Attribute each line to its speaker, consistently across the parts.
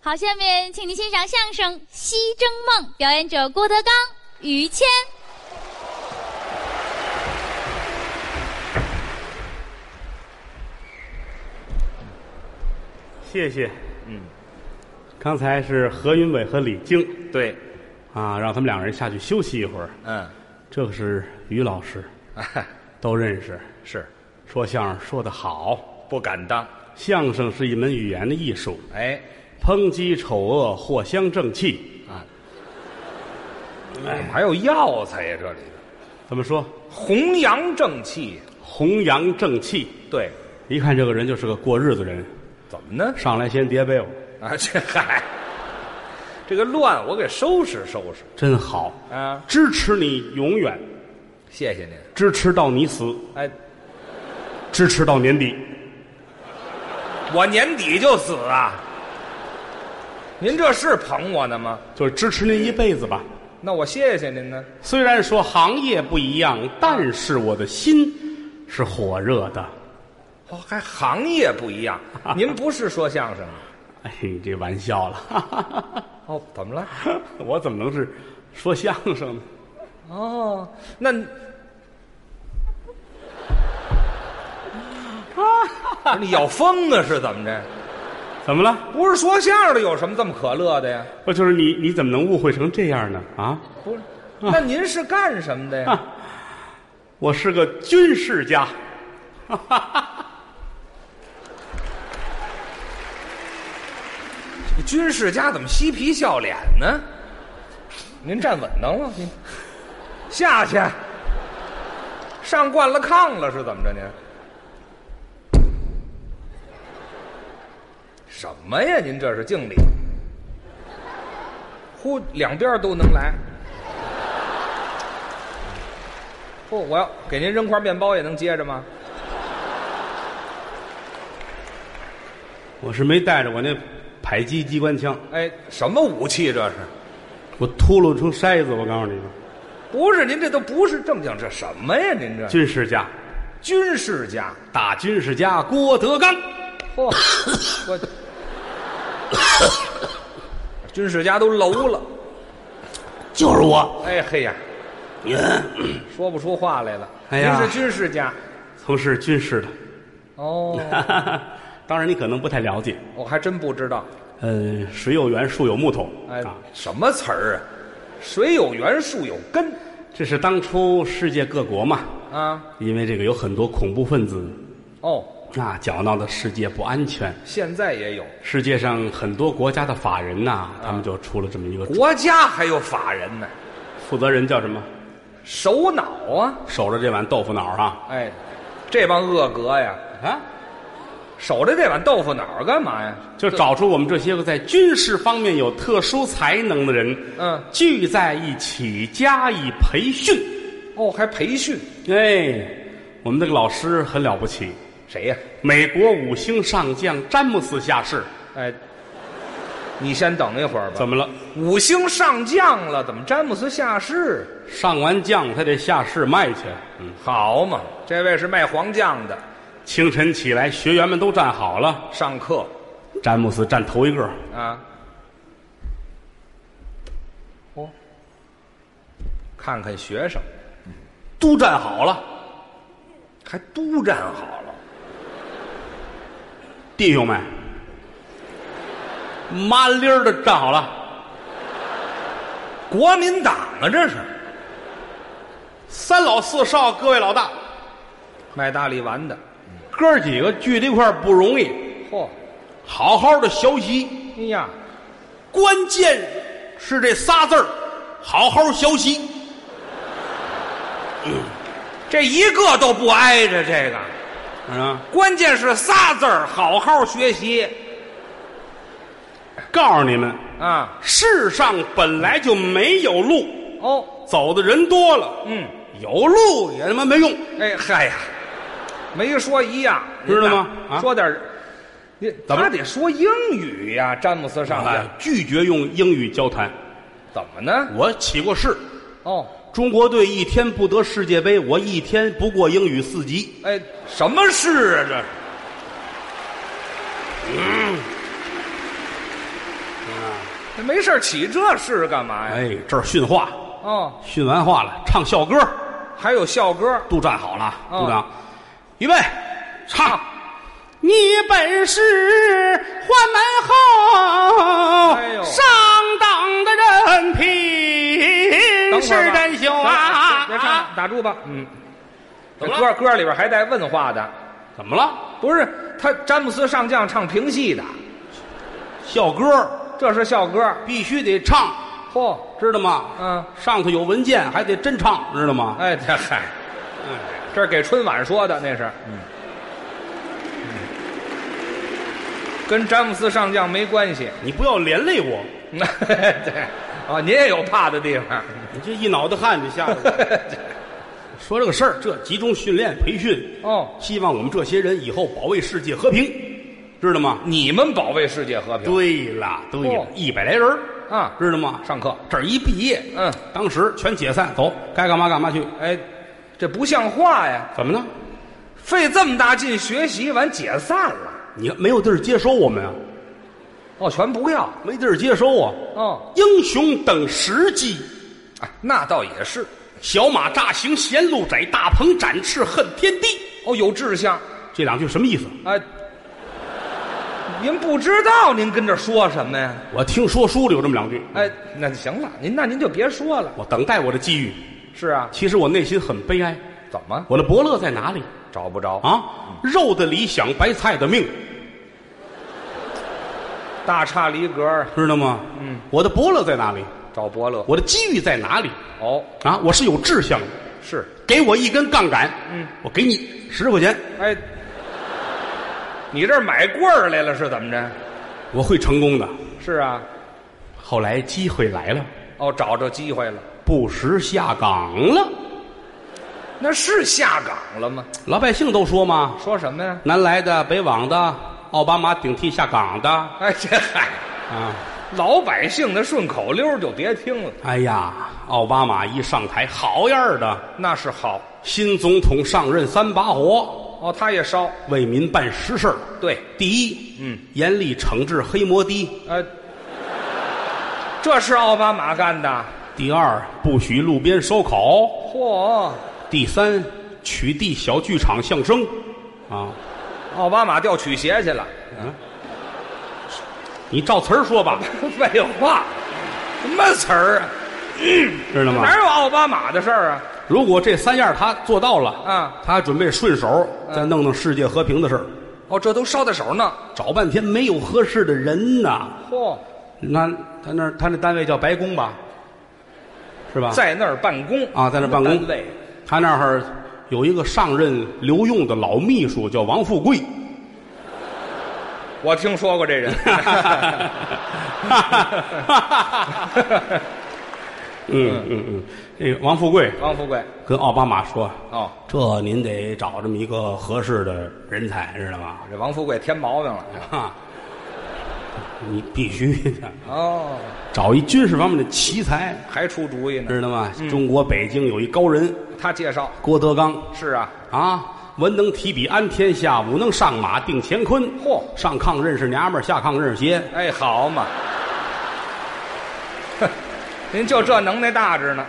Speaker 1: 好，下面请您欣赏相声《西征梦》，表演者郭德纲、于谦。
Speaker 2: 谢谢。
Speaker 3: 嗯，
Speaker 2: 刚才是何云伟和李菁
Speaker 3: 对，
Speaker 2: 啊，让他们两个人下去休息一会儿。
Speaker 3: 嗯，
Speaker 2: 这个是于老师，都认识。
Speaker 3: 是
Speaker 2: 说相声说得好，
Speaker 3: 不敢当。
Speaker 2: 相声是一门语言的艺术，
Speaker 3: 哎，
Speaker 2: 抨击丑恶，藿香正气。
Speaker 3: 啊，哎，还有药材呀，这里
Speaker 2: 怎么说？
Speaker 3: 弘扬正气。
Speaker 2: 弘扬正气。
Speaker 3: 对，
Speaker 2: 一看这个人就是个过日子人，
Speaker 3: 怎么呢？
Speaker 2: 上来先叠被窝，
Speaker 3: 啊，这嗨，这个乱我给收拾收拾
Speaker 2: 真好。
Speaker 3: 啊！
Speaker 2: 支持你永远，
Speaker 3: 谢谢您。
Speaker 2: 支持到你死，
Speaker 3: 哎，
Speaker 2: 支持到年底。
Speaker 3: 我年底就死啊！您这是捧我呢吗？
Speaker 2: 就是支持您一辈子吧。
Speaker 3: 那我谢谢您呢。
Speaker 2: 虽然说行业不一样，但是我的心是火热的。
Speaker 3: 哦，还行业不一 样，您不是说相声的
Speaker 2: 哎，你这玩笑了，
Speaker 3: 哦？怎么了？
Speaker 2: 我怎么能是说相声呢？
Speaker 3: 哦，那啊，你要疯啊？是怎么着？
Speaker 2: 怎么了？
Speaker 3: 不是说相声的有什么这么可乐的呀？
Speaker 2: 不就是你？你怎么能误会成这样呢？啊，
Speaker 3: 不是，那您是干什么的呀？
Speaker 2: 我是个军事家，
Speaker 3: 这军事家怎么嬉皮笑脸呢？您站稳当了，您下去，上惯了炕了是怎么着？您什么呀？您这是敬礼，呼，两边都能来。不、我要给您扔块面包也能接着吗？
Speaker 2: 我是没带着我那迫击机关枪，
Speaker 3: 哎，什么武器这是？
Speaker 2: 我秃噜成筛子。我告诉你们，
Speaker 3: 不是您这都不是正经，这什么呀？您这
Speaker 2: 军事家，
Speaker 3: 军事家。
Speaker 2: 大军事家郭德纲，
Speaker 3: 嚯、我军事家都楼了。
Speaker 2: 就是我。
Speaker 3: 哎嘿呀，说不出话来了。
Speaker 2: 哎呀
Speaker 3: 您是军事家
Speaker 2: 从事军事的。
Speaker 3: 哦，
Speaker 2: 当然，你可能不太了解。
Speaker 3: 我还真不知道。
Speaker 2: 呃，水有源，树有木头。
Speaker 3: 哎
Speaker 2: 啊，，
Speaker 3: 什么词儿啊？水有源，树有根
Speaker 2: 这是当初世界各国嘛，
Speaker 3: 啊。
Speaker 2: 因为这个有很多恐怖分子
Speaker 3: 哦，
Speaker 2: 啊，搅闹的世界不安全。
Speaker 3: 现在也有
Speaker 2: 世界上很多国家的法人呐、他们就出了这么一个
Speaker 3: 国家还有法人呢，
Speaker 2: 负责人叫什么？
Speaker 3: 首脑啊。
Speaker 2: 守着这碗豆腐脑啊
Speaker 3: 哎，这帮恶格呀，
Speaker 2: 啊，
Speaker 3: 守着这碗豆腐脑干嘛呀？
Speaker 2: 就找出我们这些个在军事方面有特殊才能的人，
Speaker 3: 嗯
Speaker 2: 聚在一起加以培训。
Speaker 3: 哦，还培训
Speaker 2: 哎，我们这个老师很了不起，
Speaker 3: 谁呀、
Speaker 2: 美国五星上将詹姆斯下士，
Speaker 3: 哎，你先等一会儿吧。
Speaker 2: 怎么了？
Speaker 3: 五星上将了，怎么詹姆斯下士？
Speaker 2: 上完将他得下士卖去。嗯，
Speaker 3: 好嘛，这位是卖黄酱的，
Speaker 2: 清晨起来，学员们都站好了，
Speaker 3: 上课
Speaker 2: 詹姆斯站头一个。
Speaker 3: 啊。哦，看看学生，
Speaker 2: 都站好了，
Speaker 3: 还督战好了。
Speaker 2: 弟兄们，麻利儿的站好了，
Speaker 3: 国民党啊，这是
Speaker 2: 三老四少，各位老大，
Speaker 3: 卖大力丸的。
Speaker 2: 哥儿几个聚在一块儿不容易，
Speaker 3: 嚯、
Speaker 2: 好好的学习。
Speaker 3: 哎呀，
Speaker 2: 关键是这仨字儿，好好学习。
Speaker 3: 这一个都不挨着这个，
Speaker 2: 啊，
Speaker 3: 关键是仨字儿，好好学习
Speaker 2: 告诉你们，
Speaker 3: 啊。
Speaker 2: 世上本来就没有路，
Speaker 3: 哦，
Speaker 2: 走的人多了，
Speaker 3: 嗯。
Speaker 2: 有路也他妈没用。
Speaker 3: 哎嗨呀，没说一样，
Speaker 2: 知道吗
Speaker 3: 您呐
Speaker 2: 啊
Speaker 3: 说点儿，你
Speaker 2: 怎么
Speaker 3: 他得说英语呀，詹姆斯上来
Speaker 2: 哎，拒绝用英语交谈。
Speaker 3: 怎么呢？
Speaker 2: 我起过誓，
Speaker 3: 哦，
Speaker 2: 中国队一天不得世界杯，我一天不过英语四级。
Speaker 3: 哎，什么嗯事啊这？
Speaker 2: 嗯
Speaker 3: 没事儿起这事干嘛呀？
Speaker 2: 哎，这儿训话，
Speaker 3: 哦，
Speaker 2: 训完话了，唱校歌，
Speaker 3: 还有校歌，
Speaker 2: 都站好了，
Speaker 3: 哦
Speaker 2: 鼓掌，预备，唱。你本是宦
Speaker 3: 哎
Speaker 2: 门
Speaker 3: 呦
Speaker 2: 后上党的人品
Speaker 3: 等
Speaker 2: 是
Speaker 3: 会儿吧
Speaker 2: 真雄啊！
Speaker 3: 别别唱了，打住吧。嗯，这
Speaker 2: 怎么
Speaker 3: 歌歌里边还带问话的，
Speaker 2: 怎么了？
Speaker 3: 不是他詹姆斯上将唱评戏的，
Speaker 2: 校歌
Speaker 3: 这是校歌。
Speaker 2: 必须得唱，
Speaker 3: 嚯，
Speaker 2: 知道吗？
Speaker 3: 嗯，
Speaker 2: 上头有文件，还得真唱，知道吗？
Speaker 3: 哎，这嗨，嗯
Speaker 2: 哎，
Speaker 3: 这是给春晚说的，那是。嗯，跟詹姆斯上将没关系。
Speaker 2: 你不要连累我，
Speaker 3: 对，哦，您也有怕的地方。
Speaker 2: 你这一脑袋汗就吓得我。说这个事儿，这集中训练培训，
Speaker 3: 哦，
Speaker 2: 希望我们这些人以后保卫世界和平，知道吗？
Speaker 3: 你们保卫世界和平
Speaker 2: 对了，对了
Speaker 3: 哦，
Speaker 2: 一百来人儿
Speaker 3: 啊？
Speaker 2: 知道吗？
Speaker 3: 上课，
Speaker 2: 这儿一毕业，
Speaker 3: 嗯，
Speaker 2: 当时全解散，走，该干嘛干嘛去。
Speaker 3: 哎，这不像话呀！
Speaker 2: 怎么呢？
Speaker 3: 费这么大劲学习，完解散了，
Speaker 2: 你没有地儿接收我们啊，
Speaker 3: 哦，全不要，
Speaker 2: 没地儿接收啊。
Speaker 3: 哦，
Speaker 2: 英雄等时机，
Speaker 3: 哎，那倒也是，
Speaker 2: 小马乍行嫌路窄，大鹏展翅恨天地。
Speaker 3: 哦，有志向，
Speaker 2: 这两句什么意思？
Speaker 3: 哎，您不知道，您跟这说什么呀？
Speaker 2: 我听说书里有这么两句，
Speaker 3: 哎，那行了，您那您就别说了。
Speaker 2: 我等待我的机遇。
Speaker 3: 是啊，
Speaker 2: 其实我内心很悲哀，
Speaker 3: 怎么
Speaker 2: 我的伯乐在哪里
Speaker 3: 找不着？
Speaker 2: 啊？肉的理想，白菜的命，
Speaker 3: 大差离格，
Speaker 2: 知道吗？嗯，我的伯乐在哪里？
Speaker 3: 找伯乐。
Speaker 2: 我的机遇在哪里？
Speaker 3: 哦，
Speaker 2: 啊，我是有志向的。
Speaker 3: 是，
Speaker 2: 给我一根杠杆，
Speaker 3: 嗯，
Speaker 2: 我给你十块钱，
Speaker 3: 哎，你这儿买棍儿来了是怎么着？
Speaker 2: 我会成功的。
Speaker 3: 是啊，
Speaker 2: 后来机会来了，
Speaker 3: 哦，找着机会了，
Speaker 2: 不时下岗了，
Speaker 3: 那是下岗了吗？
Speaker 2: 老百姓都说嘛，
Speaker 3: 说什么呀？
Speaker 2: 南来的、北往的，奥巴马顶替下岗的
Speaker 3: 哎，这嗨，
Speaker 2: 啊。
Speaker 3: 老百姓的顺口溜就别听了，
Speaker 2: 哎呀，奥巴马一上台，好样儿的！
Speaker 3: 那是好
Speaker 2: 新总统上任三把火，
Speaker 3: 哦，他也烧，
Speaker 2: 为民办实事儿。
Speaker 3: 对，
Speaker 2: 第一，
Speaker 3: 嗯，
Speaker 2: 严厉惩治黑摩的；
Speaker 3: 呃，这是奥巴马干的，
Speaker 2: 第二，不许路边烧烤；
Speaker 3: 嚯，
Speaker 2: 第三，取缔小剧场相声。啊，
Speaker 3: 奥巴马掉曲协去了，
Speaker 2: 你照词儿说吧，
Speaker 3: 废话，什么词儿啊？
Speaker 2: 知道吗？
Speaker 3: 哪有奥巴马的事儿啊？
Speaker 2: 如果这三样他做到了，
Speaker 3: 啊，嗯
Speaker 2: 他准备顺手再弄弄世界和平的事儿。
Speaker 3: 哦，这都捎带手呢，
Speaker 2: 找半天没有合适的人呐。
Speaker 3: 嚯，
Speaker 2: 啊那他那儿他那单位叫白宫吧，是吧？
Speaker 3: 在那儿办公
Speaker 2: 啊，在那儿办公
Speaker 3: 单位。
Speaker 2: 他那儿有一个上任留用的老秘书，叫王富贵。
Speaker 3: 我听说过 这人，
Speaker 2: 嗯嗯嗯，这个王富贵
Speaker 3: 王富贵，
Speaker 2: 跟奥巴马说
Speaker 3: 哦，：“
Speaker 2: 这您得找这么一个合适的人才，知道吗？”
Speaker 3: 这王富贵添毛病了，
Speaker 2: 啊，你必须的，
Speaker 3: 哦，
Speaker 2: 找一军事方面的奇才，
Speaker 3: 还出主意呢，
Speaker 2: 知道吗？中国北京有一高人
Speaker 3: 他介绍
Speaker 2: 郭德纲
Speaker 3: 是啊，
Speaker 2: 啊，文能提笔安天下，武能上马定乾坤。
Speaker 3: 嚯
Speaker 2: 上炕认识娘们儿，下炕认识鞋。
Speaker 3: 哎，好嘛， 哼您就这能耐大着呢，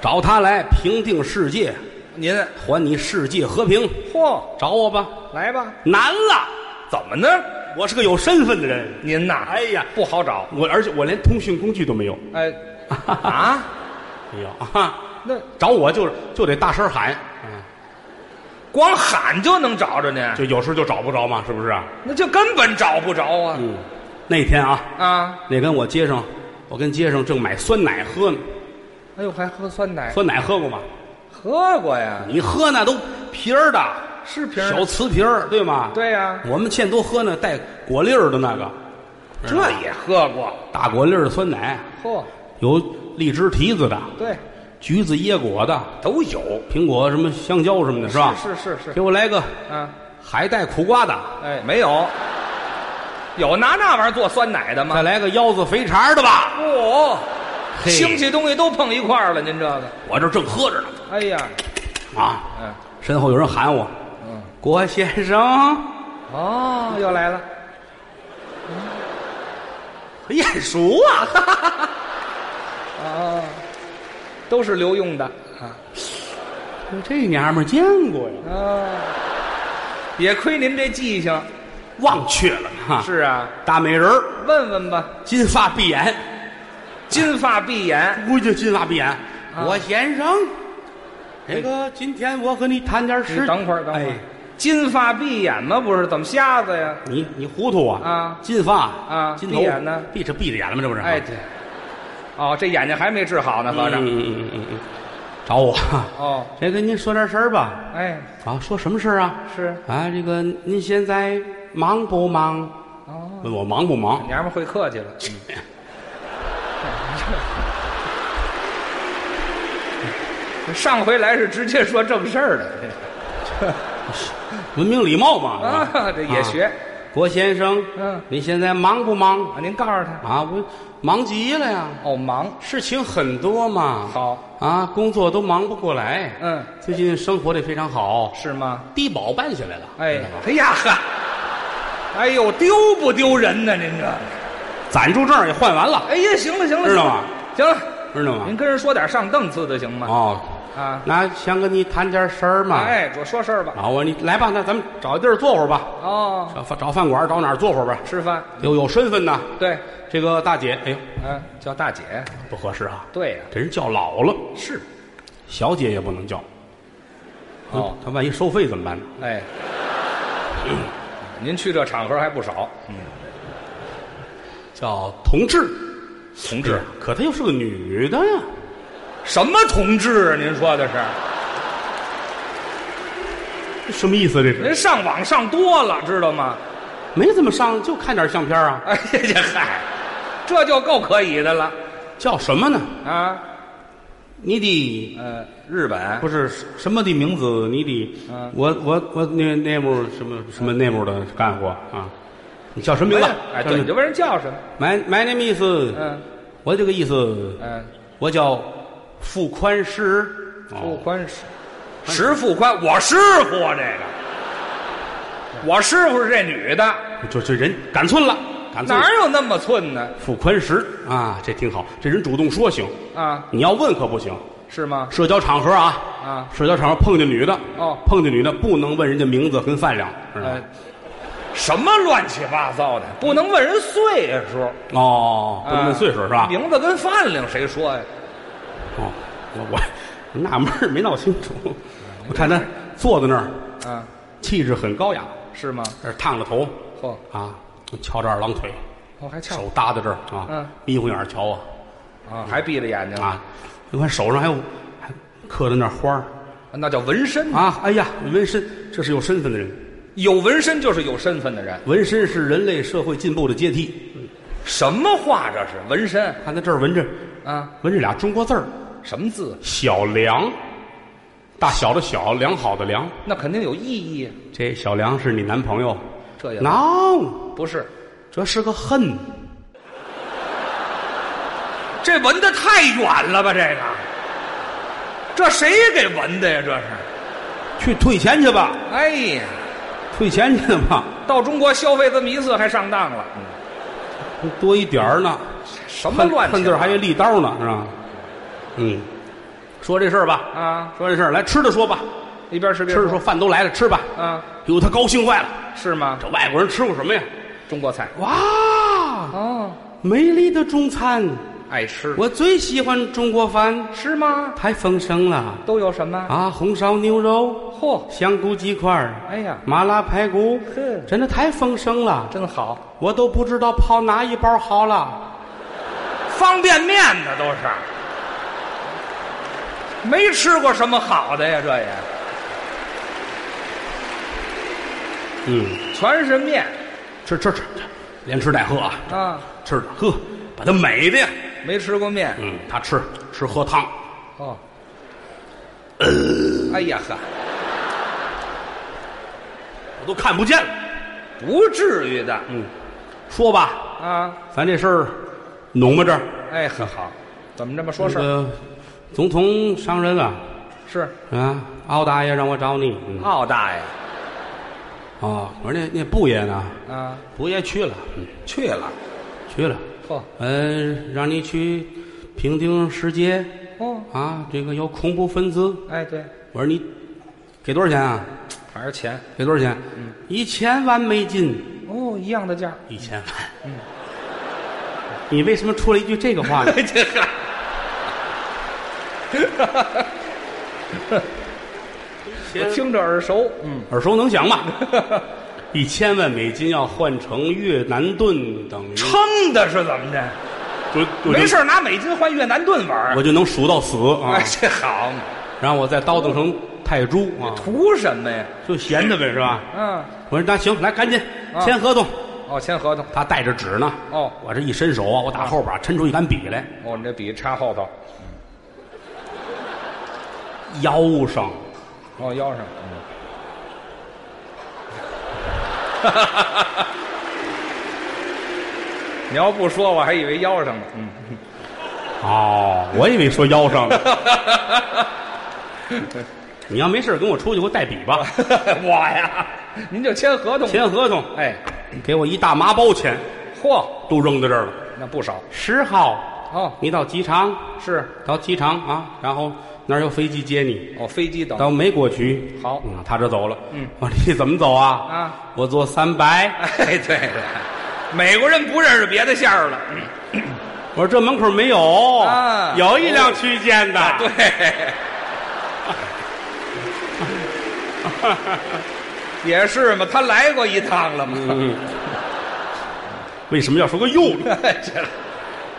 Speaker 2: 找他来平定世界，
Speaker 3: 您
Speaker 2: 还你世界和平。
Speaker 3: 嚯，
Speaker 2: 找我吧，
Speaker 3: 来吧，
Speaker 2: 难了，
Speaker 3: 怎么呢？
Speaker 2: 我是个有身份的人。
Speaker 3: 您呐，
Speaker 2: 哎呀
Speaker 3: 不好找，
Speaker 2: 我而且我连通讯工具都没有，
Speaker 3: 哎，啊，
Speaker 2: 没有啊！
Speaker 3: 那
Speaker 2: 找我就是就得大声喊，
Speaker 3: 光喊就能找着您，
Speaker 2: 就有时候就找不着嘛，是不是啊？
Speaker 3: 那就根本找不着啊，
Speaker 2: 嗯，那天啊，
Speaker 3: 啊，
Speaker 2: 那跟我街上，我跟街上正买酸奶喝呢，
Speaker 3: 哎呦，还喝酸奶，
Speaker 2: 酸奶喝过吗？
Speaker 3: 喝过呀，
Speaker 2: 你喝那都瓶儿的，
Speaker 3: 是瓶
Speaker 2: 小
Speaker 3: 儿，
Speaker 2: 瓷瓶儿，对吗？。
Speaker 3: 对呀，
Speaker 2: 我们现在都喝那带果粒儿的那个，
Speaker 3: 这也喝过，
Speaker 2: 大果粒儿的酸奶，
Speaker 3: 嚯，
Speaker 2: 有荔枝提子的，
Speaker 3: 对，
Speaker 2: 橘子椰果的，
Speaker 3: 都有，
Speaker 2: 苹果什么香蕉什么的，是吧？
Speaker 3: 是是是
Speaker 2: 给，我来个
Speaker 3: 啊。
Speaker 2: 海带苦瓜的，
Speaker 3: 哎，没有，有拿那玩意儿做酸奶的
Speaker 2: 再
Speaker 3: 吗？
Speaker 2: 来个腰子肥肠的吧。
Speaker 3: 不、
Speaker 2: 嘿
Speaker 3: 兴起东西都碰一块儿了，您这个，
Speaker 2: 我这正喝着呢
Speaker 3: 哎呀，
Speaker 2: 啊，
Speaker 3: 嗯
Speaker 2: 身后有人喊我，
Speaker 3: 嗯，
Speaker 2: 郭先生，
Speaker 3: 哦，又来了，
Speaker 2: 眼熟啊！
Speaker 3: 啊，都是留用的
Speaker 2: 这娘们儿见过呀，
Speaker 3: 啊。也亏您这记性，
Speaker 2: 忘却了哈。
Speaker 3: 是啊，
Speaker 2: 大美人儿，
Speaker 3: 问问吧。
Speaker 2: 金发碧眼，
Speaker 3: 金发碧眼，
Speaker 2: 估计金发碧眼。
Speaker 3: 啊
Speaker 2: 我先生，那个今天我和你谈点
Speaker 3: 哎你
Speaker 2: 事。
Speaker 3: 等会儿，等会
Speaker 2: 哎
Speaker 3: 儿，，金发碧眼吗？不是，怎么瞎子呀？
Speaker 2: 你你糊涂啊？
Speaker 3: 啊
Speaker 2: 金发
Speaker 3: 啊
Speaker 2: 金头
Speaker 3: 闭眼呢
Speaker 2: 闭着闭着眼了吗？这不是？
Speaker 3: 哎，对，哦，这眼睛还没治好呢，
Speaker 2: 嗯，
Speaker 3: 合着。
Speaker 2: 嗯嗯嗯嗯，找我。啊
Speaker 3: 哦，
Speaker 2: 先跟您说点事儿吧。
Speaker 3: 哎，
Speaker 2: 啊，说什么事儿啊？
Speaker 3: 是
Speaker 2: 啊，这个您现在忙不忙？
Speaker 3: 哦，
Speaker 2: 问我忙不忙？
Speaker 3: 娘们儿会客 气了。嗯上回来是直接说正事儿的
Speaker 2: 文明礼貌嘛。是吧
Speaker 3: 啊，这也学。
Speaker 2: 郭先生，
Speaker 3: 嗯
Speaker 2: 你现在忙不忙？
Speaker 3: 啊。您告诉他，
Speaker 2: 啊，我忙极了呀，
Speaker 3: 哦，忙
Speaker 2: 事情很多嘛。
Speaker 3: 好，
Speaker 2: 啊，工作都忙不过来。
Speaker 3: 嗯，
Speaker 2: 最近生活的非常好，
Speaker 3: 是吗？
Speaker 2: 低保办下来了。
Speaker 3: 哎
Speaker 2: 知道，吧
Speaker 3: 哎呀呵，哎呦，丢不丢人呢？您这，
Speaker 2: 暂住证也换完了，
Speaker 3: 哎呀，行了行了，
Speaker 2: 知道吗
Speaker 3: 行了？行了，
Speaker 2: 知道吗
Speaker 3: 您？跟人说点上档次的行吗？
Speaker 2: 哦，
Speaker 3: 啊，
Speaker 2: 那想跟你谈点事儿嘛。，
Speaker 3: 哎，我说事儿吧。
Speaker 2: 啊，我说你来吧，那咱们找地儿坐会儿吧。
Speaker 3: 哦，
Speaker 2: 找饭找饭馆，找哪儿坐会儿吧？
Speaker 3: 吃饭，
Speaker 2: 有有身份呐，
Speaker 3: 对，
Speaker 2: 这个大姐，哎呦，
Speaker 3: 嗯，叫大姐，
Speaker 2: 不合适啊，
Speaker 3: 对呀，
Speaker 2: 这人叫老了，
Speaker 3: 是，
Speaker 2: 小姐也不能叫。
Speaker 3: 哦，
Speaker 2: 他万一收费怎么办呢？
Speaker 3: 哎，您去这场合还不少，
Speaker 2: 叫同志，
Speaker 3: 同
Speaker 2: 是，可她又是个女的呀。
Speaker 3: 什么同志啊？您说的是？
Speaker 2: 这什么意思？这是
Speaker 3: 您上网上多了，知道吗？
Speaker 2: 没怎么上，就看点相片啊。
Speaker 3: 哎呀，这嗨，这就够可以的了
Speaker 2: 叫什么呢？
Speaker 3: 啊。
Speaker 2: 你的
Speaker 3: 呃，日本
Speaker 2: 不是什么的名字？你的
Speaker 3: 嗯，
Speaker 2: 我我我那那幕什么什么那幕的干活啊？你叫什么名字？
Speaker 3: 哎，
Speaker 2: 叫什
Speaker 3: 对，
Speaker 2: 么
Speaker 3: 你就问人叫什么？
Speaker 2: My My name is，
Speaker 3: 嗯
Speaker 2: 我这个意思，
Speaker 3: 嗯，
Speaker 2: 我叫傅宽师。
Speaker 3: 傅
Speaker 2: 哦，
Speaker 3: 宽是石富宽，我师傅啊，这个，我师傅是这女的，
Speaker 2: 就这人赶寸了，赶寸
Speaker 3: 哪
Speaker 2: 了。
Speaker 3: 有那么寸呢？
Speaker 2: 傅宽石啊，这挺好，这人主动说行，
Speaker 3: 啊，
Speaker 2: 你要问可不行。
Speaker 3: 是吗？
Speaker 2: 社交场合啊，
Speaker 3: 啊，
Speaker 2: 社交场合碰见女的，
Speaker 3: 哦
Speaker 2: 碰见女的不能问人家名字跟饭量，知道
Speaker 3: 呃
Speaker 2: 吗？，
Speaker 3: 什么乱七八糟的，不能问人岁数，
Speaker 2: 哦，不能问岁数是吧？
Speaker 3: 啊名字跟饭量谁说呀？
Speaker 2: 哦，我我我 纳闷儿没闹清楚，我看他坐在那儿，
Speaker 3: 啊，
Speaker 2: 气质很高雅，
Speaker 3: 是吗？
Speaker 2: 这儿烫着头
Speaker 3: 嚯，
Speaker 2: 啊，翘着二郎腿，
Speaker 3: 我还翘
Speaker 2: 手搭在这儿啊，
Speaker 3: 嗯
Speaker 2: 迷糊眼儿瞧啊
Speaker 3: 啊，还闭着眼睛，
Speaker 2: 啊，你看手上还有还刻着那花儿
Speaker 3: 那叫纹身。
Speaker 2: 啊，哎呀，纹身，这是有身份的人，
Speaker 3: 有纹身就是有身份的人。
Speaker 2: 纹身是人类社会进步的阶梯。
Speaker 3: 什么话这是纹身
Speaker 2: 看他这儿纹着，
Speaker 3: 啊？
Speaker 2: 纹着俩中国字儿，
Speaker 3: 什么字？
Speaker 2: 小梁，大小的小，良好的良。
Speaker 3: 那肯定有意义。
Speaker 2: 这小梁是你男朋友
Speaker 3: 这也
Speaker 2: ？No，
Speaker 3: 不是，
Speaker 2: 这是个恨。
Speaker 3: 这纹的太远了吧？这个，这谁给纹的呀？这是。
Speaker 2: 去退钱去吧，
Speaker 3: 哎呀，
Speaker 2: 退钱去吧，
Speaker 3: 到中国消费这么一次还上当了，嗯
Speaker 2: 多一点儿呢。
Speaker 3: 什么乱七八
Speaker 2: 恨
Speaker 3: 糟？
Speaker 2: 字儿还有利刀呢，是吧？嗯，说这事儿吧，
Speaker 3: 啊，
Speaker 2: 说这事儿来吃着说吧，
Speaker 3: 一边吃
Speaker 2: 吃
Speaker 3: 边
Speaker 2: 着说饭都来了，吃吧。
Speaker 3: 啊，
Speaker 2: 哟，他高兴坏了，
Speaker 3: 是吗？
Speaker 2: 这外国人吃过什么呀？
Speaker 3: 中国菜
Speaker 2: 哇，
Speaker 3: 哦，
Speaker 2: 美丽的中餐，
Speaker 3: 爱吃
Speaker 2: 我最喜欢中国饭，
Speaker 3: 是吗？
Speaker 2: 太丰盛了
Speaker 3: 都有什么？
Speaker 2: 啊！红烧牛肉、
Speaker 3: 嚯，
Speaker 2: 香菇鸡块儿
Speaker 3: 哎呀，
Speaker 2: 麻辣排骨
Speaker 3: 呵，
Speaker 2: 真的太丰盛了，
Speaker 3: 真好，
Speaker 2: 我都不知道泡哪一包好了。
Speaker 3: 方便面呢都是，没吃过什么好的呀，这也
Speaker 2: 嗯，
Speaker 3: 全是面
Speaker 2: 吃吃吃，吃连吃带喝啊，
Speaker 3: 啊，
Speaker 2: 吃着喝，把它美的呀。
Speaker 3: 没吃过面
Speaker 2: 嗯，他吃吃喝汤，
Speaker 3: 哦。哎呀呵，
Speaker 2: 我都看不见了。
Speaker 3: 不至于的
Speaker 2: 嗯，说吧，
Speaker 3: 啊！
Speaker 2: 咱这事儿弄吧这儿。
Speaker 3: 哎，很好，怎么这么说事
Speaker 2: 那
Speaker 3: 儿？
Speaker 2: 个总统上任了
Speaker 3: 是
Speaker 2: 啊，奥大爷让我找你。嗯哦
Speaker 3: 奥大爷
Speaker 2: 啊，我说那那布爷呢？
Speaker 3: 啊，
Speaker 2: 布爷去了，嗯
Speaker 3: 去了
Speaker 2: 去了。
Speaker 3: 嚯
Speaker 2: 嗯，让你去平定石街
Speaker 3: 哦，
Speaker 2: 啊，这个有恐怖分子。
Speaker 3: 哎对，
Speaker 2: 我说你给多少钱啊？
Speaker 3: 还是钱
Speaker 2: 给多少钱？
Speaker 3: 嗯
Speaker 2: 一千万美金，
Speaker 3: 哦，一样的价。
Speaker 2: 一千万。
Speaker 3: 嗯
Speaker 2: 你为什么出了一句这个话呢？
Speaker 3: 哎这个我听着耳熟，嗯，
Speaker 2: 耳熟能详吧？一千万美金要换成越南盾，等 于
Speaker 3: 撑的是怎么着？
Speaker 2: 我我就
Speaker 3: 没事，儿拿美金换越南盾玩儿
Speaker 2: 我就能数到死啊
Speaker 3: 哎，！这好嘛，
Speaker 2: 然后我再叨叨成泰铢啊，
Speaker 3: 图什么呀？
Speaker 2: 就闲的呗，是吧？
Speaker 3: 嗯，
Speaker 2: 我说那行，来赶紧
Speaker 3: 啊
Speaker 2: 签合同。
Speaker 3: 哦，签合同。
Speaker 2: 他带着纸呢，
Speaker 3: 哦
Speaker 2: 我这一伸手啊，我打后边抻出一杆笔来，
Speaker 3: 哦，你这笔插后头，
Speaker 2: 腰上
Speaker 3: 哦，腰上。嗯 你要不说，我还以为腰上呢。嗯，
Speaker 2: 哦，我以为说腰上呢。你要没事跟我出去，给我带笔吧，
Speaker 3: 我呀， 您就签合同。
Speaker 2: 签合同，
Speaker 3: 哎，
Speaker 2: 给我一大麻包钱，
Speaker 3: 嚯，
Speaker 2: 都扔在这儿了。
Speaker 3: 那不少
Speaker 2: 十号，
Speaker 3: 哦。
Speaker 2: 你到机场，
Speaker 3: 是
Speaker 2: 到机场啊，然后那儿有飞机接你，
Speaker 3: 哦，飞机等。
Speaker 2: 到美国去。
Speaker 3: 好
Speaker 2: 嗯，他这走了。
Speaker 3: 嗯，
Speaker 2: 我说你怎么走啊？
Speaker 3: 啊，
Speaker 2: 我坐三百。
Speaker 3: 哎，对了，美国人不认识别的馅儿了。嗯
Speaker 2: 我说这门口没有，
Speaker 3: 啊
Speaker 2: 有一辆区间的。
Speaker 3: 对， 也是嘛，他来过一趟了嘛。
Speaker 2: 嗯，为什么要说个又呢？
Speaker 3: 这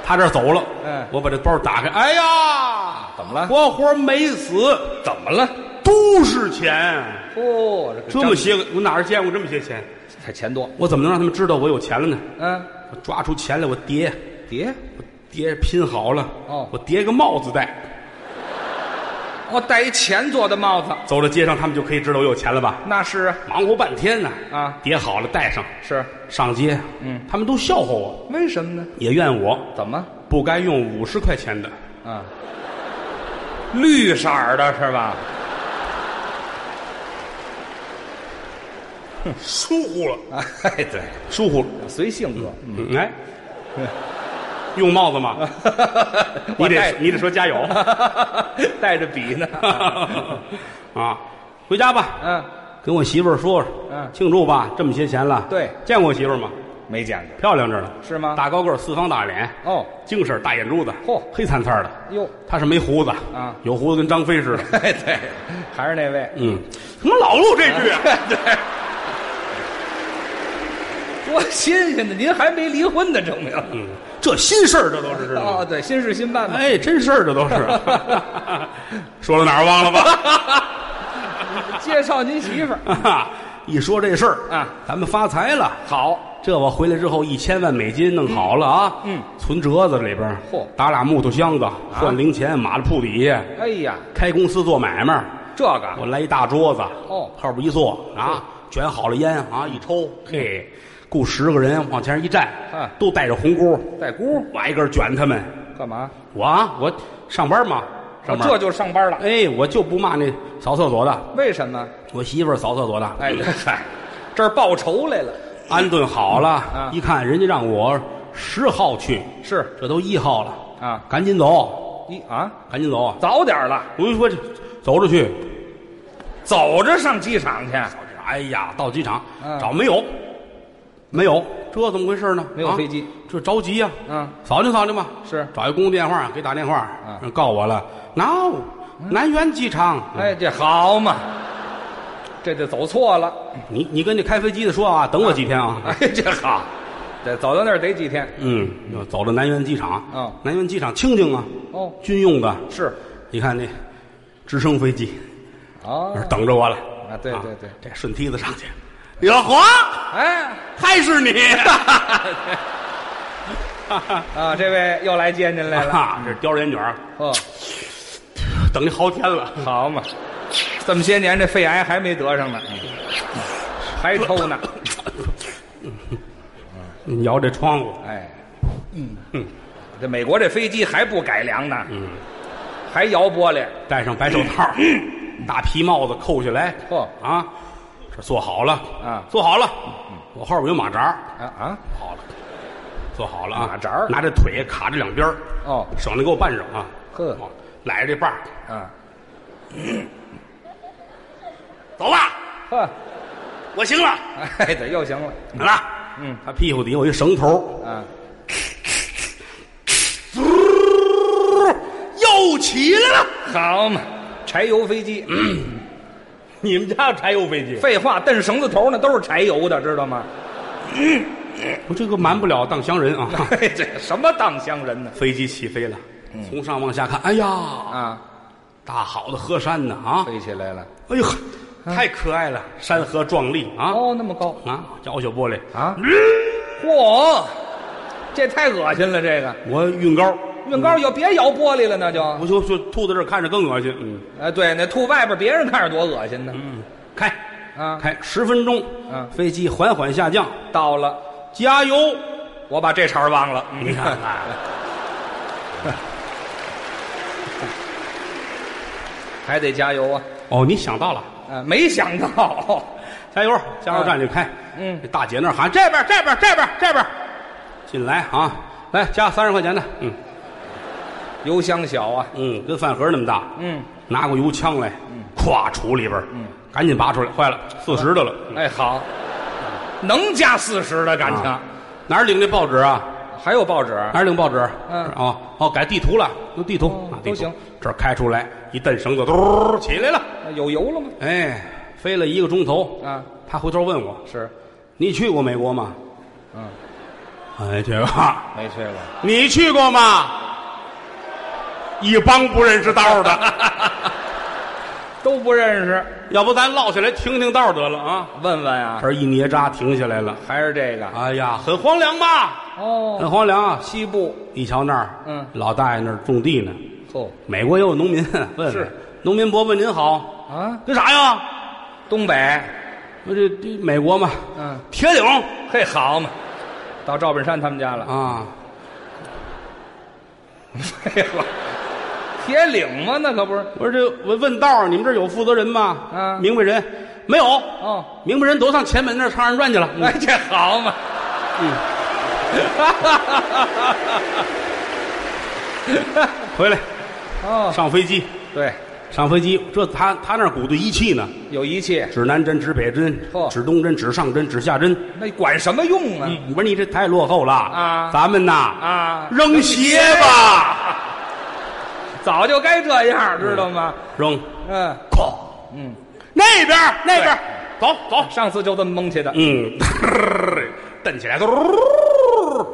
Speaker 2: 他这儿走了。
Speaker 3: 嗯
Speaker 2: 我把这包打开，哎呀，
Speaker 3: 啊怎么了
Speaker 2: 活活没死，
Speaker 3: 怎么了？
Speaker 2: 都是钱，
Speaker 3: 哦，
Speaker 2: 这么些个，我哪儿见过这么些钱？
Speaker 3: 才钱多。
Speaker 2: 我怎么能让他们知道我有钱了呢？
Speaker 3: 嗯，
Speaker 2: 我抓出钱来，我叠，
Speaker 3: 别，
Speaker 2: 我叠拼好了，
Speaker 3: 哦
Speaker 2: 我叠个帽子戴，
Speaker 3: 我戴一钱做的帽子，
Speaker 2: 走到街上，他们就可以知道我有钱了吧？
Speaker 3: 那是啊
Speaker 2: 忙活半天呢，
Speaker 3: 啊
Speaker 2: 叠好了戴上，
Speaker 3: 是
Speaker 2: 上街，
Speaker 3: 嗯，
Speaker 2: 他们都笑话我，
Speaker 3: 为什么呢？
Speaker 2: 也怨我
Speaker 3: 怎么
Speaker 2: 不该用五十块钱的，
Speaker 3: 啊？绿色儿的是吧？
Speaker 2: 疏忽了，
Speaker 3: 哎，对，
Speaker 2: 疏忽了，
Speaker 3: 随性格。
Speaker 2: 嗯，哎，用帽子吗？你
Speaker 3: 嗯我
Speaker 2: 得
Speaker 3: 戴
Speaker 2: 你得说加 油
Speaker 3: 带着笔 呢。
Speaker 2: 啊，回家吧，
Speaker 3: 嗯，
Speaker 2: 跟我媳妇儿说说，
Speaker 3: 嗯
Speaker 2: 庆祝吧，这么些钱了，
Speaker 3: 对
Speaker 2: 见过我媳妇儿吗？
Speaker 3: 没见过。
Speaker 2: 漂亮着呢，
Speaker 3: 是吗
Speaker 2: 大高个儿，四方大脸，
Speaker 3: 哦，
Speaker 2: 精神儿大眼珠子，
Speaker 3: 嚯
Speaker 2: 黑灿灿的。
Speaker 3: 哟，
Speaker 2: 他是没胡子
Speaker 3: 啊
Speaker 2: 有胡子跟张飞 似的。
Speaker 3: 哎， 对，还是那位。
Speaker 2: 嗯，怎么老录这句啊？
Speaker 3: 对，多新鲜的！您还没离婚呢，证明。
Speaker 2: 嗯，这新事儿这都是知道
Speaker 3: 哦，
Speaker 2: 吗？
Speaker 3: 对，新事新办嘛。
Speaker 2: 哎，真事儿这都 是。说到哪儿忘了吧？
Speaker 3: 介绍您媳妇儿，
Speaker 2: 一说这事儿
Speaker 3: 啊，
Speaker 2: 咱们发财了。
Speaker 3: 好，
Speaker 2: 这我回来之后，一千万美金弄好了啊，
Speaker 3: 嗯嗯
Speaker 2: 存折子里边儿，
Speaker 3: 嚯啊
Speaker 2: 打俩木头箱子换零钱，码了铺底下，
Speaker 3: 哎呀，
Speaker 2: 开公司做买卖，
Speaker 3: 这个
Speaker 2: 我来一大桌子，
Speaker 3: 啊哦嗯
Speaker 2: 后边一坐啊，卷好了烟啊，一抽，嘿，雇十个人往前一站
Speaker 3: 啊，
Speaker 2: 都带着红箍，
Speaker 3: 带箍
Speaker 2: 我挨个儿卷他们。
Speaker 3: 干嘛？
Speaker 2: 我啊，我上班嘛，上班。
Speaker 3: 这就上班了。
Speaker 2: 哎，我就不骂那扫厕所的，
Speaker 3: 为什么？
Speaker 2: 我媳妇儿扫厕所的。
Speaker 3: 哎， 嗨，这儿报仇来了。
Speaker 2: 安顿好了
Speaker 3: 啊，
Speaker 2: 一看人家让我十号去，
Speaker 3: 是
Speaker 2: 这都一号了，
Speaker 3: 啊，
Speaker 2: 赶紧走，
Speaker 3: 一啊，
Speaker 2: 赶紧走啊！
Speaker 3: 早点了，
Speaker 2: 我就说这走着去，
Speaker 3: 走着上机场去。
Speaker 2: 哎呀，到机场
Speaker 3: 嗯
Speaker 2: 找没有，没有，这怎么回事呢？
Speaker 3: 没有
Speaker 2: 啊
Speaker 3: 飞机，
Speaker 2: 这着急呀！
Speaker 3: 嗯，
Speaker 2: 扫听扫听吧，
Speaker 3: 是
Speaker 2: 找一公用电话给打电话，
Speaker 3: 嗯
Speaker 2: 告我了，no，南苑机场。
Speaker 3: 哎，这好嘛，这就走错了。
Speaker 2: 你你跟那开飞机的说啊，等我几天啊。
Speaker 3: 哎，这好，得走到那儿得几天。
Speaker 2: 嗯，就走到南苑机场，
Speaker 3: 嗯
Speaker 2: 南苑机场清静啊，
Speaker 3: 哦，
Speaker 2: 军用的，
Speaker 3: 是
Speaker 2: 你看那直升飞机
Speaker 3: 啊
Speaker 2: 那儿等着我了。
Speaker 3: 啊，对对对，
Speaker 2: 这顺梯子上去，柳华
Speaker 3: 哎。
Speaker 2: 还是 你？
Speaker 3: 啊，这位又来接您来了。
Speaker 2: 啊，这叼着烟卷儿
Speaker 3: 哦，
Speaker 2: 等你好天了，
Speaker 3: 好嘛，这么些年这肺癌还没得上呢，还抽呢。
Speaker 2: 你摇这窗户，
Speaker 3: 哎，嗯，这美国这飞机还不改良呢，嗯，还摇玻璃。
Speaker 2: 戴上白手 套，大皮帽子扣下来，
Speaker 3: 嚯
Speaker 2: 啊，这坐好了
Speaker 3: 啊嗯
Speaker 2: 坐好了，我后边有马扎儿，
Speaker 3: 啊啊，
Speaker 2: 好了，坐好了啊，
Speaker 3: 马扎儿
Speaker 2: 拿着腿卡着两边儿
Speaker 3: 哦
Speaker 2: 省得给我绊着啊。
Speaker 3: 呵
Speaker 2: 哦，揽着这把儿
Speaker 3: 啊，
Speaker 2: 走吧，
Speaker 3: 呵，
Speaker 2: 我行了，
Speaker 3: 哎，这又行了，
Speaker 2: 怎么了？
Speaker 3: 嗯，
Speaker 2: 他屁股底下有一绳头，
Speaker 3: 啊，
Speaker 2: 又起来了。
Speaker 3: 好嘛，柴油飞机，
Speaker 2: 你们家有柴油飞机？
Speaker 3: 废话，蹬绳子头那都是柴油的，知道吗？
Speaker 2: 我这个瞒不了当乡人啊。
Speaker 3: 嘿，这什么当乡人呢？
Speaker 2: 飞机起飞了，从上往下看，哎呀，
Speaker 3: 啊，
Speaker 2: 大好的河山呢啊！
Speaker 3: 飞起来了，
Speaker 2: 哎呦，太可爱了，山河壮丽啊！
Speaker 3: 哦，那么高
Speaker 2: 啊，摇小玻璃，
Speaker 3: 啊，嚯，这太恶心了，这个
Speaker 2: 我运高，
Speaker 3: 运高要别摇玻璃了，那就，
Speaker 2: 我就就吐在这儿看着更恶心。嗯
Speaker 3: 哎，对，那吐外边别人看着多恶心呢。
Speaker 2: 嗯，开
Speaker 3: 啊
Speaker 2: 开十分钟，
Speaker 3: 嗯
Speaker 2: 飞机缓缓下降，
Speaker 3: 到了，
Speaker 2: 加油！
Speaker 3: 我把这茬儿忘了，嗯
Speaker 2: 你看看，
Speaker 3: 还得加油啊！
Speaker 2: 哦，你想到了，
Speaker 3: 啊，没想到，
Speaker 2: 加油！加油站就开。
Speaker 3: 嗯
Speaker 2: 这大姐那儿喊这边这边这边这边，进来啊！来加三十块钱的，嗯
Speaker 3: 油箱小啊，
Speaker 2: 嗯，跟饭盒那么大，
Speaker 3: 嗯，
Speaker 2: 拿过油枪来，咵杵里边，嗯，赶紧拔出来，坏了，四十的了，
Speaker 3: 哎，好，能加四十的感情，
Speaker 2: 啊哪儿领的报纸啊？
Speaker 3: 还有报纸，
Speaker 2: 哪儿领报纸？
Speaker 3: 嗯
Speaker 2: 哦哦，改地图了，有地图
Speaker 3: 哦
Speaker 2: 啊，地图
Speaker 3: 都行。
Speaker 2: 这儿开出来一蹬绳子，嘟起来了，
Speaker 3: 有油了吗？
Speaker 2: 哎，飞了一个钟头。
Speaker 3: 啊，
Speaker 2: 他回头问我
Speaker 3: 是，：“
Speaker 2: 你去过美国吗？”
Speaker 3: 嗯，
Speaker 2: 哎，这个。
Speaker 3: 没去过。
Speaker 2: 你去过吗？一帮不认识道 的，
Speaker 3: 都不认识，
Speaker 2: 要不咱落下来听听道得了啊？
Speaker 3: 问问啊，
Speaker 2: 这儿一捏扎停下来了，
Speaker 3: 还是这个
Speaker 2: 哎呀，很荒凉吧？
Speaker 3: 哦，
Speaker 2: 很荒凉啊！
Speaker 3: 西部，
Speaker 2: 一瞧那儿，
Speaker 3: 嗯
Speaker 2: 老大爷那儿种地呢。
Speaker 3: 哦
Speaker 2: 美国也有农民，问问
Speaker 3: 是
Speaker 2: 农民伯伯您好，
Speaker 3: 啊，
Speaker 2: 干啥呀？
Speaker 3: 东北，
Speaker 2: 我这这美国嘛，
Speaker 3: 嗯，
Speaker 2: 铁岭
Speaker 3: 嘿，好嘛，到赵本山他们家了，
Speaker 2: 啊，
Speaker 3: 废话，铁岭嘛，那可不是，
Speaker 2: 我说这我问道儿，你们这儿有负责人吗？
Speaker 3: 啊
Speaker 2: 明白人没有？
Speaker 3: 哦，
Speaker 2: 明白人都上前门那儿唱二人转去了。嗯
Speaker 3: 哎，这好嘛，
Speaker 2: 哎回来
Speaker 3: 哦，
Speaker 2: 上飞机，
Speaker 3: 对，
Speaker 2: 上飞机，这他他那儿鼓的仪器呢，
Speaker 3: 有仪器，
Speaker 2: 指南针、指北针、
Speaker 3: 嚯
Speaker 2: 指东针、指上针、指下针。
Speaker 3: 那管什么用啊？
Speaker 2: 我说你这太落后了
Speaker 3: 啊
Speaker 2: 咱们呐
Speaker 3: 啊
Speaker 2: 扔鞋吧，
Speaker 3: 早就该这样，知道吗？
Speaker 2: 扔，
Speaker 3: 嗯
Speaker 2: 哐，
Speaker 3: 嗯，
Speaker 2: 那边儿那边儿，走走，
Speaker 3: 上次就这么蒙起的，
Speaker 2: 嗯， 蹬起来，嘟，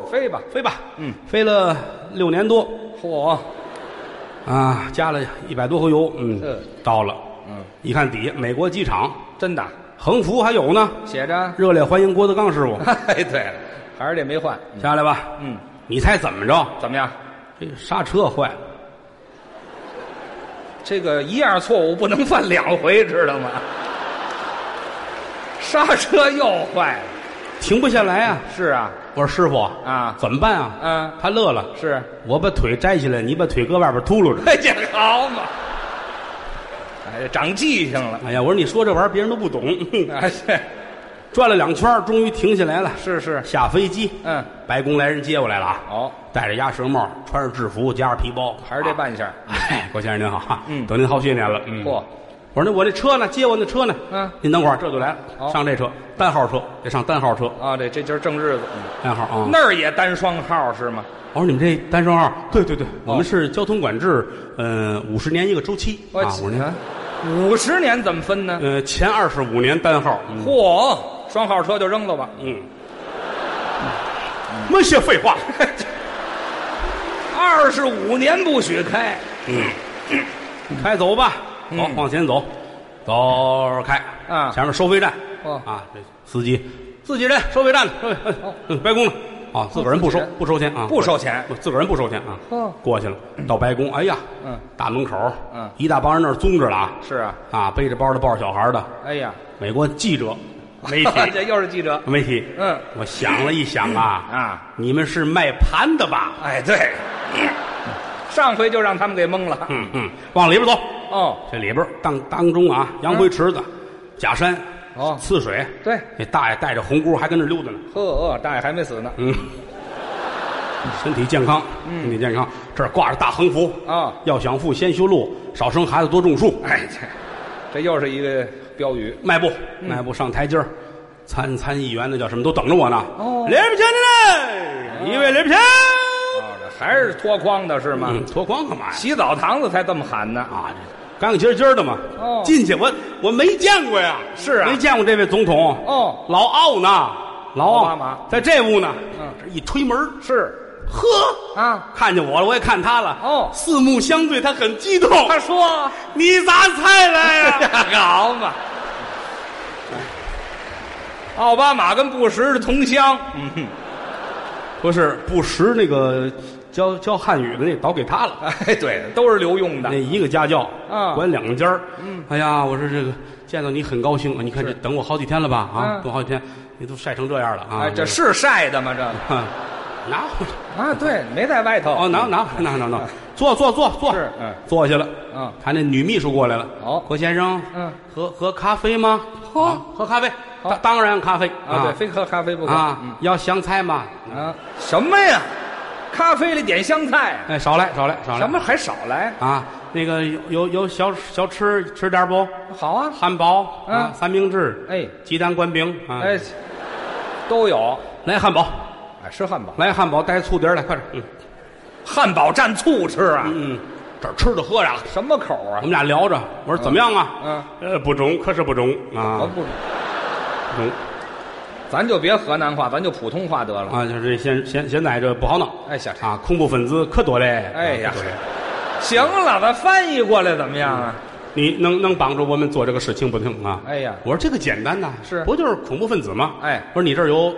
Speaker 3: 飞吧，
Speaker 2: 飞吧，
Speaker 3: 嗯，
Speaker 2: 飞了六年多
Speaker 3: 嚯，
Speaker 2: 啊，加了一百多回油，嗯
Speaker 3: 是，
Speaker 2: 到了，
Speaker 3: 嗯，
Speaker 2: 一看底下美国机场
Speaker 3: 真的
Speaker 2: 横幅还有呢，
Speaker 3: 写着，
Speaker 2: 热烈欢迎郭德纲师傅
Speaker 3: 哎，对了，还是这没换，
Speaker 2: 下来吧，
Speaker 3: 嗯，
Speaker 2: 你猜怎么着？
Speaker 3: 怎么样？
Speaker 2: 这个刹车坏了，
Speaker 3: 这个一样错误不能犯两回，知道吗？ 刹车又坏了。
Speaker 2: 停不下来啊！
Speaker 3: 是啊，
Speaker 2: 我说师傅
Speaker 3: 啊
Speaker 2: 怎么办啊？
Speaker 3: 嗯
Speaker 2: 他乐了，
Speaker 3: 是。
Speaker 2: 我把腿摘下来，你把腿搁外边秃噜着。
Speaker 3: 哎，这好嘛！哎，长记性了。
Speaker 2: 哎呀，我说你说这玩意儿别人都不 懂，哼
Speaker 3: 哎，这
Speaker 2: 转了两圈儿，终于停下来了。
Speaker 3: 是是，
Speaker 2: 下飞机，
Speaker 3: 嗯，
Speaker 2: 白宫来人接我来了啊！
Speaker 3: 好，
Speaker 2: 戴着鸭舌帽，穿着制服，加上皮包，
Speaker 3: 还是这半下。
Speaker 2: 哎，郭先生您好啊，
Speaker 3: 嗯
Speaker 2: 等您好些年了。嗯，
Speaker 3: 嚯，
Speaker 2: 我说那我这车呢？接我那车呢？
Speaker 3: 嗯
Speaker 2: 您等会儿，这就来了，
Speaker 3: 好
Speaker 2: 上这车，单号车，得上单号车，
Speaker 3: 啊，这这今儿正日子，
Speaker 2: 单号啊。
Speaker 3: 那儿也单双号是吗？
Speaker 2: 我说你们这单双号，对对对，我们是交通管制，呃，五十年一个周期
Speaker 3: 我
Speaker 2: 啊，五十年，
Speaker 3: 五十年怎么分呢？
Speaker 2: 呃，前二十五年单号，嗯
Speaker 3: 嚯，双号车就扔了吧。
Speaker 2: 嗯，那些废话，
Speaker 3: 二十五年不许开。
Speaker 2: 嗯开走吧，走
Speaker 3: 嗯
Speaker 2: 往前走，走开
Speaker 3: 啊
Speaker 2: 前面收费站
Speaker 3: 哦
Speaker 2: 啊，这司机自己人收费站的，收费
Speaker 3: 哦
Speaker 2: 嗯 白宫的啊，自个儿人不收
Speaker 3: 自己人
Speaker 2: 不收钱啊，
Speaker 3: 不收钱
Speaker 2: 不，自个儿人不收钱啊
Speaker 3: 哦，
Speaker 2: 过去了到白宫，哎呀，
Speaker 3: 嗯，
Speaker 2: 大门口，
Speaker 3: 嗯
Speaker 2: 一大帮人那儿宗着了啊，
Speaker 3: 是啊，
Speaker 2: 啊，背着包的抱着小孩的，
Speaker 3: 哎呀，
Speaker 2: 美国记者，媒
Speaker 3: 这
Speaker 2: 体，
Speaker 3: 又是记者。
Speaker 2: 媒体。
Speaker 3: 嗯
Speaker 2: 我想了一想啊，
Speaker 3: 啊，
Speaker 2: 你们是卖盘的吧？
Speaker 3: 哎，对，上回就让他们给蒙了。
Speaker 2: 嗯嗯，往里边走。
Speaker 3: 哦，
Speaker 2: 这里边当当中啊，洋灰池子、假山、
Speaker 3: 嗯哦
Speaker 2: 呲水。
Speaker 3: 对
Speaker 2: 那大爷带着红箍还跟那溜达呢。
Speaker 3: 呵，大爷还没死呢。
Speaker 2: 嗯，身体健康，
Speaker 3: 嗯
Speaker 2: 身体健康。这儿挂着大横幅
Speaker 3: 啊
Speaker 2: 要想富先修路，少生孩子多种树。
Speaker 3: 哎，这这又是一个标语，
Speaker 2: 迈步，
Speaker 3: 嗯
Speaker 2: 迈步上台阶儿，参参议员那叫什么都等着我呢。
Speaker 3: 哦
Speaker 2: 里边请进来，一位里边请。
Speaker 3: 啊，这还是脱筐的是吗？
Speaker 2: 嗯，脱光干嘛呀？
Speaker 3: 洗澡堂子才这么喊呢。
Speaker 2: 啊，这干干净净的嘛。
Speaker 3: 哦
Speaker 2: 进去我我没见过呀。
Speaker 3: 是啊
Speaker 2: 没见过这位总统。
Speaker 3: 哦，
Speaker 2: 老奥呢？老
Speaker 3: 奥巴马
Speaker 2: 在这屋呢。
Speaker 3: 嗯，
Speaker 2: 这一推门，
Speaker 3: 是
Speaker 2: 呵，
Speaker 3: 啊，
Speaker 2: 看见我了，我也看他了。
Speaker 3: 哦
Speaker 2: 四目相对，他很激动。
Speaker 3: 他说，
Speaker 2: 你咋才来呀、
Speaker 3: 好嘛，奥巴马跟布什是同乡，嗯，
Speaker 2: 不是，布什那个教教汉语的那倒给他了。
Speaker 3: 哎，对，都是留用
Speaker 2: 那
Speaker 3: 的，
Speaker 2: 一个家教
Speaker 3: 啊
Speaker 2: 管两家嗯，哎呀，我说这个见到你很高兴啊！你看这等我好几天了吧？啊，
Speaker 3: 嗯
Speaker 2: 等好几天，你都晒成这样了啊！
Speaker 3: 哎，这是晒的吗？这个
Speaker 2: 啊， 拿
Speaker 3: 啊，对，没在外头
Speaker 2: 哦，拿拿拿拿拿，坐坐坐坐，
Speaker 3: 是嗯
Speaker 2: 坐下了。
Speaker 3: 嗯
Speaker 2: 看那女秘书过来了。
Speaker 3: 好
Speaker 2: 郭先生，
Speaker 3: 嗯，
Speaker 2: 喝喝咖啡吗？喝喝咖啡，
Speaker 3: 好
Speaker 2: 当当然咖啡
Speaker 3: 啊，对，非喝咖啡不可
Speaker 2: 啊
Speaker 3: 嗯，
Speaker 2: 要香菜吗？
Speaker 3: 啊，什么呀？咖啡里点香菜，
Speaker 2: 哎，少来少来少来，
Speaker 3: 什么还少来？
Speaker 2: 啊？那个有有有小小吃吃点不？
Speaker 3: 好啊，
Speaker 2: 汉堡
Speaker 3: 嗯
Speaker 2: 啊，三明治，
Speaker 3: 哎
Speaker 2: 鸡蛋灌饼啊，
Speaker 3: 哎，都有，
Speaker 2: 来汉堡，
Speaker 3: 哎，吃汉堡，
Speaker 2: 来汉堡，带醋碟儿来，快点，嗯
Speaker 3: 汉堡蘸醋吃啊，
Speaker 2: 嗯，这儿吃着喝着啊，
Speaker 3: 什么口啊
Speaker 2: 我？们俩聊着，我说怎么样啊？
Speaker 3: 嗯，
Speaker 2: 呃，不中，可是不中
Speaker 3: 咱
Speaker 2: 啊，
Speaker 3: 嗯不，
Speaker 2: 不中
Speaker 3: 咱就别河南话，咱就普通话得了。
Speaker 2: 啊，就是现现现在这不好弄
Speaker 3: 哎，小陈，
Speaker 2: 啊，恐怖分子可多嘞，
Speaker 3: 哎
Speaker 2: 啊
Speaker 3: 呀
Speaker 2: 可多嘞
Speaker 3: 行了，咱翻译过来怎么样啊？
Speaker 2: 你能能帮助我们做这个事情不行啊？
Speaker 3: 哎呀
Speaker 2: 我说这个简单呐，
Speaker 3: 是
Speaker 2: 不就是恐怖分子吗？
Speaker 3: 哎
Speaker 2: 我说你这儿有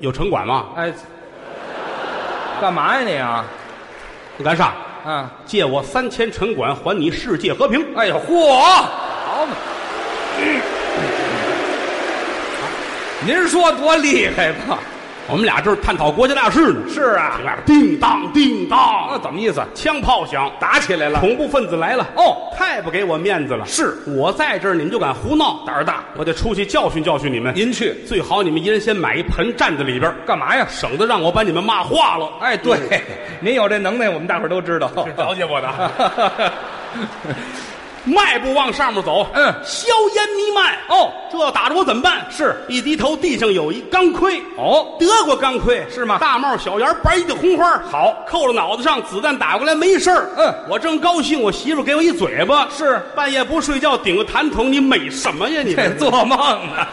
Speaker 2: 有城管吗？
Speaker 3: 哎，干嘛呀你啊？
Speaker 2: 你干啥？
Speaker 3: 啊，
Speaker 2: 借我三千城管，还你世界和平。
Speaker 3: 哎呦，嚯，好嘛！您说多厉害吧？
Speaker 2: 我们俩这儿探讨国家大事呢。
Speaker 3: 是啊
Speaker 2: 这，外边叮当叮
Speaker 3: 那
Speaker 2: 当，
Speaker 3: 怎么意思？
Speaker 2: 枪炮响，
Speaker 3: 打起来了？
Speaker 2: 恐怖分子来了。
Speaker 3: 哦，
Speaker 2: 太不给我面子了！
Speaker 3: 是
Speaker 2: 我在这儿，你们就敢胡闹，
Speaker 3: 胆儿大，
Speaker 2: 我得出去教训教训你们。
Speaker 3: 您去
Speaker 2: 最好你们一人先买一盆站在里边儿，
Speaker 3: 干嘛呀？
Speaker 2: 省得让我把你们骂化了。
Speaker 3: 哎，对，您有这能耐，我们大伙儿都知道。
Speaker 2: 了解我的啊， 迈步往上面走，
Speaker 3: 嗯
Speaker 2: 硝烟弥漫，
Speaker 3: 哦
Speaker 2: 这打着我怎么办？
Speaker 3: 是
Speaker 2: 一低头，地上有一钢盔，
Speaker 3: 哦，
Speaker 2: 德国钢盔
Speaker 3: 是吗
Speaker 2: 大帽小檐，白衣的红花，好，扣了脑袋上，子弹打过来没事儿。
Speaker 3: 嗯
Speaker 2: 我正高兴，我媳妇给我一嘴巴，
Speaker 3: 是
Speaker 2: 半夜不睡觉，顶个痰头，你美什么呀你？
Speaker 3: 这做梦呢。